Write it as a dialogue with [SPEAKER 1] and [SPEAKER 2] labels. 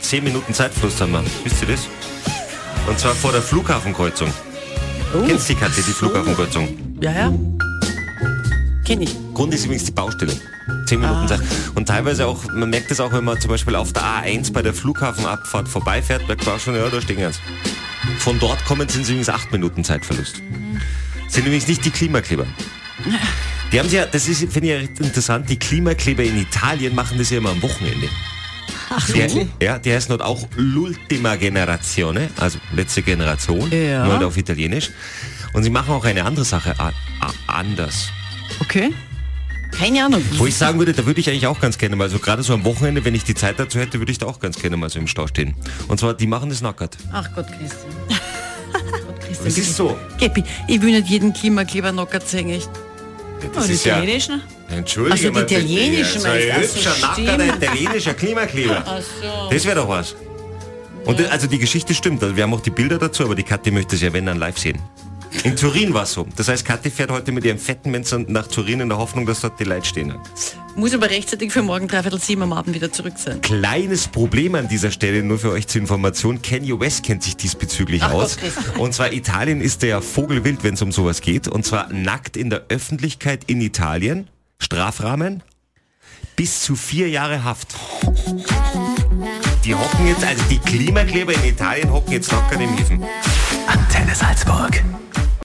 [SPEAKER 1] 10 Minuten Zeitfluss haben wir. Wisst ihr das? Und zwar vor der Flughafenkreuzung.
[SPEAKER 2] Oh.
[SPEAKER 1] Kennst du die Katja, die
[SPEAKER 2] Ach so.
[SPEAKER 1] Flughafenkreuzung?
[SPEAKER 2] Ja, ja. Kenn ich.
[SPEAKER 1] Grund ist übrigens die Baustelle. 10
[SPEAKER 2] Ah.
[SPEAKER 1] Minuten Zeit. Und teilweise auch, man merkt es auch, wenn man zum Beispiel auf der A1 bei der Flughafenabfahrt vorbeifährt, merkt man auch schon, ja, da stehen ganz. Von dort kommen sind es übrigens 8 Minuten Zeitverlust.
[SPEAKER 2] Mhm.
[SPEAKER 1] Sind übrigens nicht die Klimakleber. Die haben sie ja, das ist, finde ich ja recht interessant, die Klimakleber in Italien machen das ja immer am Wochenende.
[SPEAKER 2] Ach so.
[SPEAKER 1] Der, ja, die heißen dort auch L'ultima Generazione, also letzte Generation,
[SPEAKER 2] Ja.
[SPEAKER 1] nur halt auf Italienisch. Und sie machen auch eine andere Sache a, a, anders.
[SPEAKER 2] Okay. Keine Ahnung.
[SPEAKER 1] Wo ich sagen würde, da würde ich eigentlich auch ganz gerne mal, so gerade so am Wochenende, wenn ich die Zeit dazu hätte, würde ich da auch ganz gerne mal so im Stau stehen. Und zwar, die machen das nackert.
[SPEAKER 2] Ach Gott, Christian. Gott, Christian.
[SPEAKER 1] Das ist so.
[SPEAKER 2] Geppi, ich will nicht jeden Klimakleber knockert sehen, echt.
[SPEAKER 1] Das ist ja,
[SPEAKER 2] Also die
[SPEAKER 1] Entschuldigung.
[SPEAKER 2] italienischen
[SPEAKER 1] ein
[SPEAKER 2] meinst du?
[SPEAKER 1] hübscher,
[SPEAKER 2] Also
[SPEAKER 1] nackerter
[SPEAKER 2] stimmt.
[SPEAKER 1] italienischer Klimakleber.
[SPEAKER 2] Ach so.
[SPEAKER 1] Das wäre doch was. Und das, also die Geschichte stimmt. Also wir haben auch die Bilder dazu, aber die Kathi möchte es ja wenn dann live sehen. In Turin war es so. Das heißt, Kathi fährt heute mit ihrem fetten Menzen nach Turin in der Hoffnung, dass dort die Leute stehen.
[SPEAKER 2] Muss aber rechtzeitig für morgen dreiviertel sieben am Abend wieder zurück sein.
[SPEAKER 1] Kleines Problem an dieser Stelle, nur für euch zur Information. Kanye West kennt sich diesbezüglich
[SPEAKER 2] Ach Gott,
[SPEAKER 1] aus.
[SPEAKER 2] Christian.
[SPEAKER 1] Und zwar Italien ist der Vogelwild, wenn es um sowas geht. Und zwar nackt in der Öffentlichkeit in Italien. Strafrahmen bis zu vier Jahre Haft. Die hocken jetzt, also die Klimakleber in Italien hocken jetzt locker im Häfen.
[SPEAKER 3] Antenne Salzburg.